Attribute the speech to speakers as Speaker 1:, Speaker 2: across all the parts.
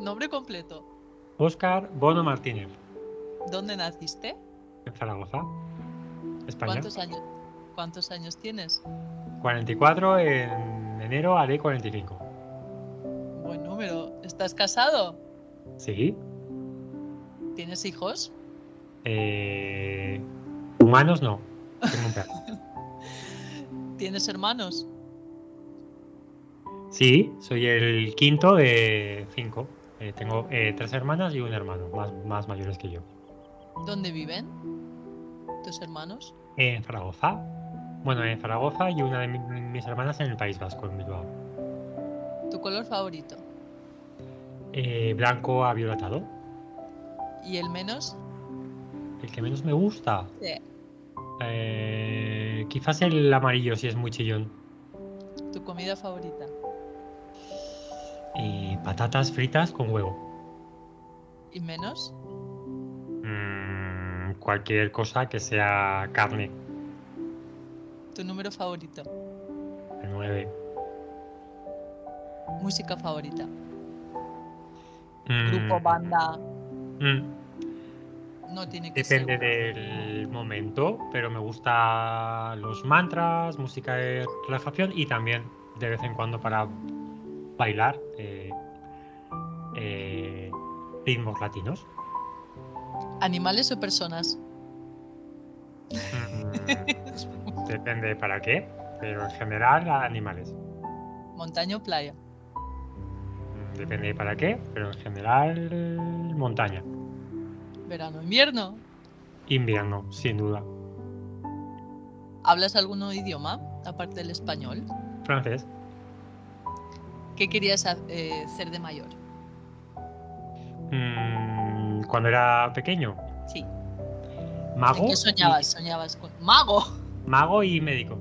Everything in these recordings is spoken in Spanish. Speaker 1: Nombre completo.
Speaker 2: Óscar Bono Martínez,
Speaker 1: ¿Dónde naciste?
Speaker 2: en Zaragoza, España.
Speaker 1: ¿Cuántos años, ¿Cuántos años tienes?
Speaker 2: 44 en enero haré 45.
Speaker 1: Buen número. ¿Estás casado?
Speaker 2: Sí.
Speaker 1: ¿Tienes hijos?
Speaker 2: Eh, humanos no. Tengo un perro.
Speaker 1: ¿Tienes hermanos?
Speaker 2: Sí, soy el quinto de cinco. Eh, tengo eh, tres hermanas y un hermano, más, más mayores que yo.
Speaker 1: ¿Dónde viven tus hermanos?
Speaker 2: En Zaragoza. Bueno, en Zaragoza y una de mi- mis hermanas en el País Vasco, en Bilbao.
Speaker 1: ¿Tu color favorito?
Speaker 2: Eh, blanco a violatado.
Speaker 1: ¿Y el menos?
Speaker 2: El que menos me gusta.
Speaker 1: Sí.
Speaker 2: Eh, quizás el amarillo, si es muy chillón.
Speaker 1: ¿Tu comida favorita?
Speaker 2: Eh, patatas fritas con huevo.
Speaker 1: ¿Y menos?
Speaker 2: Mm, cualquier cosa que sea carne.
Speaker 1: ¿Tu número favorito?
Speaker 2: El 9.
Speaker 1: ¿Música favorita?
Speaker 2: Mm,
Speaker 1: ¿Grupo, banda? No tiene que
Speaker 2: Depende
Speaker 1: ser.
Speaker 2: del momento, pero me gusta los mantras, música de relajación y también de vez en cuando para bailar eh, eh, ritmos latinos.
Speaker 1: ¿Animales o personas?
Speaker 2: Mm, Depende para qué, pero en general animales.
Speaker 1: ¿Montaña o playa?
Speaker 2: Mm, Depende para qué, pero en general montaña.
Speaker 1: ¿Verano o invierno?
Speaker 2: Invierno, sin duda.
Speaker 1: ¿Hablas algún idioma aparte del español?
Speaker 2: Francés.
Speaker 1: ¿Qué querías ha- eh, ser de mayor?
Speaker 2: Mm, cuando era pequeño,
Speaker 1: Sí.
Speaker 2: mago.
Speaker 1: ¿En qué soñabas? ¿Soñabas con mago?
Speaker 2: y- mago y médico.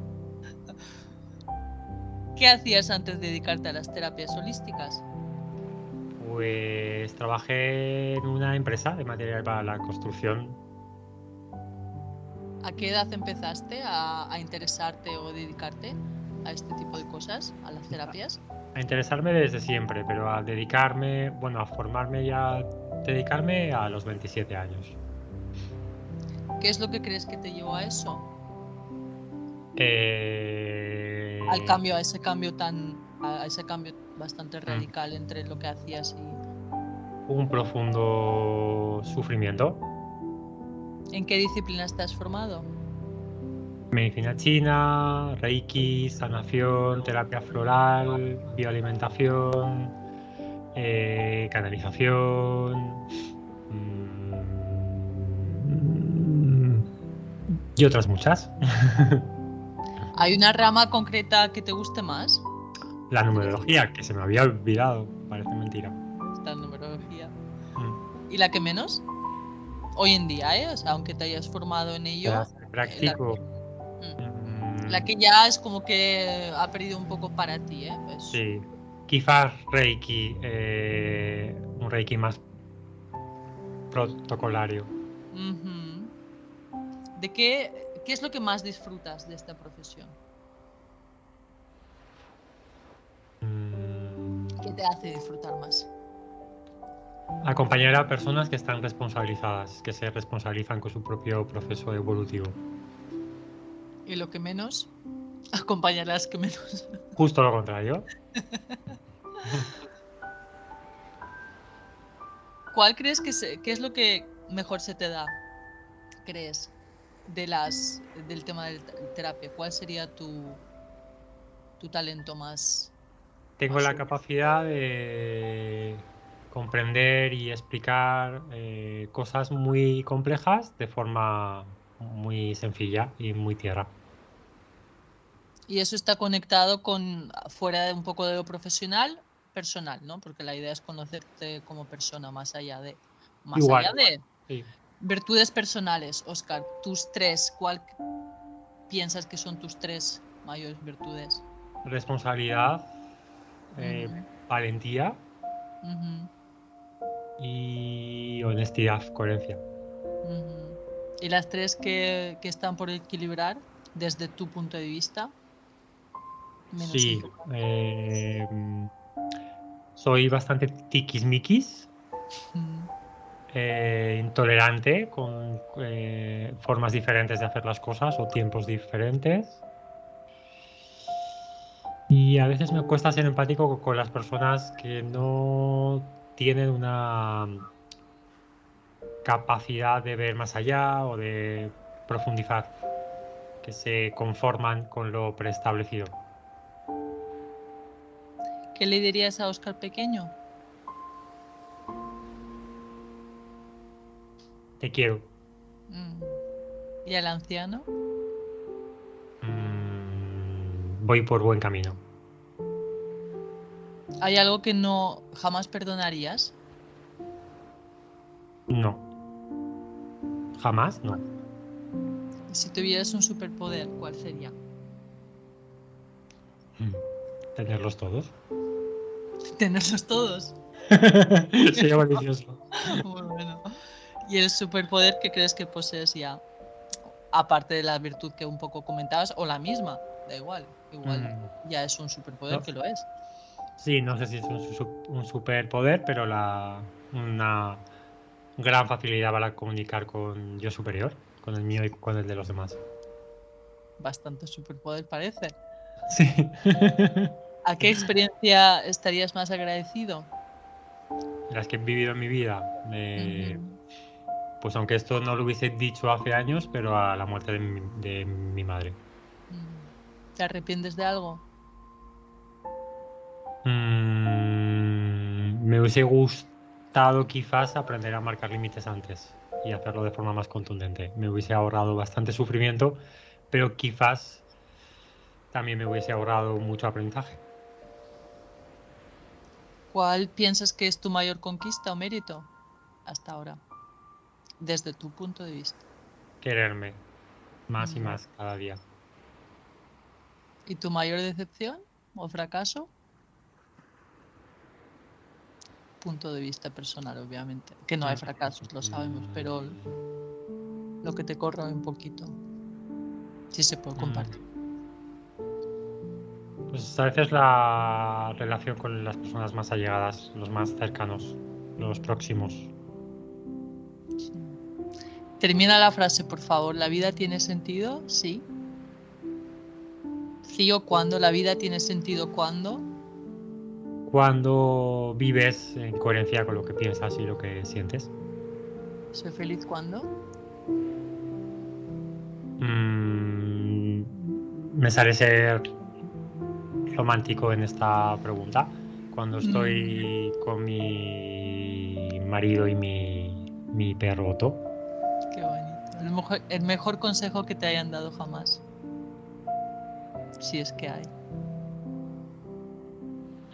Speaker 1: ¿Qué hacías antes de dedicarte a las terapias holísticas?
Speaker 2: Pues trabajé en una empresa de material para la construcción.
Speaker 1: ¿A qué edad empezaste a, a interesarte o dedicarte a este tipo de cosas, a las terapias?
Speaker 2: A interesarme desde siempre, pero a dedicarme, bueno, a formarme y a dedicarme a los 27 años.
Speaker 1: ¿Qué es lo que crees que te llevó a eso?
Speaker 2: Eh, Mm.
Speaker 1: Al cambio, a ese cambio tan, a ese cambio bastante radical entre lo que hacías y.
Speaker 2: Un profundo sufrimiento.
Speaker 1: ¿En qué disciplinas te has formado?
Speaker 2: Medicina china, reiki, sanación, terapia floral, bioalimentación, eh, canalización mm, y otras muchas.
Speaker 1: ¿Hay una rama concreta que te guste más?
Speaker 2: La numerología, que se me había olvidado, parece mentira.
Speaker 1: Esta numerología.
Speaker 2: Mm.
Speaker 1: ¿Y la que menos? Hoy en día, ¿eh? O sea, aunque te hayas formado en ello,
Speaker 2: Las practico. Mm,
Speaker 1: la que ya es como que ha perdido un poco para ti, ¿eh? Pues,
Speaker 2: Sí. Quizás reiki, eh, un reiki más protocolario.
Speaker 1: ujú. ¿De qué, qué es lo que más disfrutas de esta profesión?
Speaker 2: Mm,
Speaker 1: ¿Qué te hace disfrutar más?
Speaker 2: Acompañar a personas que están responsabilizadas, que se responsabilizan con su propio proceso evolutivo.
Speaker 1: ¿Y lo que menos? Acompañarás que menos.
Speaker 2: Justo lo contrario.
Speaker 1: ¿Cuál crees que, se- que es lo que mejor se te da? ¿Crees? De las, del tema de terapia. ¿Cuál sería tu, tu talento más?
Speaker 2: Tengo la
Speaker 1: Así.
Speaker 2: capacidad de comprender y explicar eh, cosas muy complejas de forma muy sencilla y muy tierra.
Speaker 1: Y eso está conectado con fuera de un poco de lo profesional, personal, ¿no? Porque la idea es conocerte como persona más allá de más
Speaker 2: Igual.
Speaker 1: allá de
Speaker 2: Sí.
Speaker 1: virtudes personales, Oscar. Tus tres, ¿cuál piensas que son tus tres mayores virtudes?
Speaker 2: Responsabilidad, eh, valentía
Speaker 1: Ujú, ujú,
Speaker 2: y honestidad, coherencia.
Speaker 1: ujú. Y las tres que, que están por equilibrar desde tu punto de vista. Menos
Speaker 2: Sí,
Speaker 1: importante.
Speaker 2: eh, mm, Soy bastante tiquismiquis,
Speaker 1: Mm,
Speaker 2: eh, intolerante con eh, formas diferentes de hacer las cosas o tiempos diferentes. Y a veces me cuesta ser empático co- con las personas que no tienen una capacidad de ver más allá o de profundizar, que se conforman con lo preestablecido.
Speaker 1: ¿Qué le dirías a Oscar pequeño?
Speaker 2: Te quiero.
Speaker 1: Mm. ¿Y al anciano?
Speaker 2: Mm, voy por buen camino.
Speaker 1: ¿Hay algo que no jamás perdonarías?
Speaker 2: No. Jamás, no.
Speaker 1: Si tuvieras un superpoder, ¿cuál sería?
Speaker 2: Mm, Tenerlos todos.
Speaker 1: Tenerlos todos.
Speaker 2: Sería malicioso.
Speaker 1: Muy bueno. ¿Y el superpoder que crees que posees ya? Aparte de la virtud que un poco comentabas, o la misma, da igual. Igual
Speaker 2: Mm,
Speaker 1: ya es un superpoder
Speaker 2: No.
Speaker 1: que lo es.
Speaker 2: Sí, no sé si es un, su- un superpoder, pero la, una gran facilidad para comunicar con yo superior, con el mío y con el de los demás.
Speaker 1: Bastante superpoder parece.
Speaker 2: Sí.
Speaker 1: ¿A qué experiencia estarías más agradecido?
Speaker 2: Las que he vivido en mi vida. eh,
Speaker 1: Ujú.
Speaker 2: Pues aunque esto no lo hubiese dicho hace años, pero a la muerte de mi, de mi madre.
Speaker 1: Mm. ¿Te arrepientes de algo?
Speaker 2: Mm, me hubiese gustado quizás aprender a marcar límites antes y hacerlo de forma más contundente. Me hubiese ahorrado bastante sufrimiento, pero quizás también me hubiese ahorrado mucho aprendizaje.
Speaker 1: ¿Cuál piensas que es tu mayor conquista o mérito hasta ahora? Desde tu punto de vista.
Speaker 2: Quererme más y
Speaker 1: Ujú.
Speaker 2: más cada día.
Speaker 1: ¿Y tu mayor decepción o fracaso? Punto de vista personal, obviamente. Que no hay
Speaker 2: Mm.
Speaker 1: fracasos, lo sabemos,
Speaker 2: Mm,
Speaker 1: pero lo que te corra un poquito. Si se puede compartir.
Speaker 2: Pues a veces la relación con las personas más allegadas, los más cercanos, los próximos.
Speaker 1: Sí. Termina la frase, por favor. ¿La vida tiene sentido? Sí. Sí o cuando. ¿La vida tiene sentido cuando?
Speaker 2: Cuando vives en coherencia con lo que piensas y lo que sientes.
Speaker 1: ¿Soy feliz cuando?
Speaker 2: Mm, me sale ser romántico en esta pregunta.
Speaker 1: Mm.
Speaker 2: Cuando estoy con mi marido y mi, mi perro Otto.
Speaker 1: Qué bonito. El mejor, el mejor consejo que te hayan dado jamás. Si es que hay.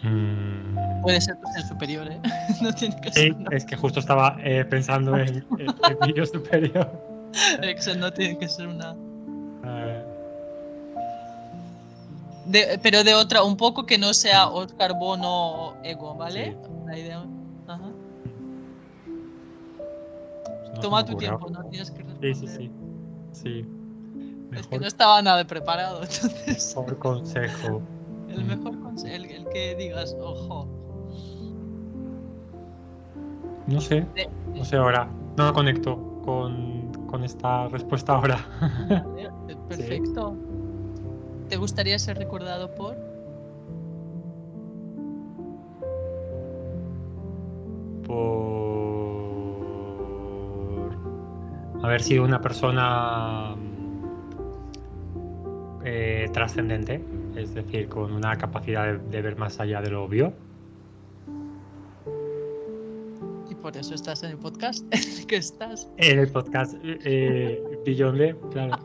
Speaker 2: Mm,
Speaker 1: Puede ser tu ser superior, ¿eh? No tiene que
Speaker 2: Sí,
Speaker 1: ser.
Speaker 2: es que justo estaba eh, pensando en, en, en mi yo superior.
Speaker 1: Eso no tiene que ser una.
Speaker 2: Eh,
Speaker 1: De- pero de otra, un poco que no sea Oscar Bono o Ego, ¿vale?
Speaker 2: Sí.
Speaker 1: La idea. Ajá.
Speaker 2: pues no se me
Speaker 1: Toma tu
Speaker 2: ocurre
Speaker 1: tiempo,
Speaker 2: ahora.
Speaker 1: no tienes que
Speaker 2: Sí,
Speaker 1: responder.
Speaker 2: sí, sí. Sí.
Speaker 1: Es que
Speaker 2: Mejor,
Speaker 1: no estaba nada preparado, entonces.
Speaker 2: mejor consejo. Mm.
Speaker 1: El mejor consejo, el, el que digas, ojo.
Speaker 2: No sé.
Speaker 1: De-
Speaker 2: No sé ahora. No conecto con, con esta respuesta ahora.
Speaker 1: Vale, Perfecto. ¿Te gustaría ser recordado por?
Speaker 2: Por haber sido una persona mm, eh, trascendente, es decir, con una capacidad de, de ver más allá de lo obvio.
Speaker 1: Y por eso estás en el podcast que estás.
Speaker 2: En el podcast eh, eh, Beyond the- claro.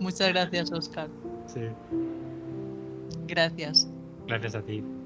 Speaker 1: Muchas gracias, Oscar.
Speaker 2: Sí,
Speaker 1: Gracias.
Speaker 2: gracias a ti.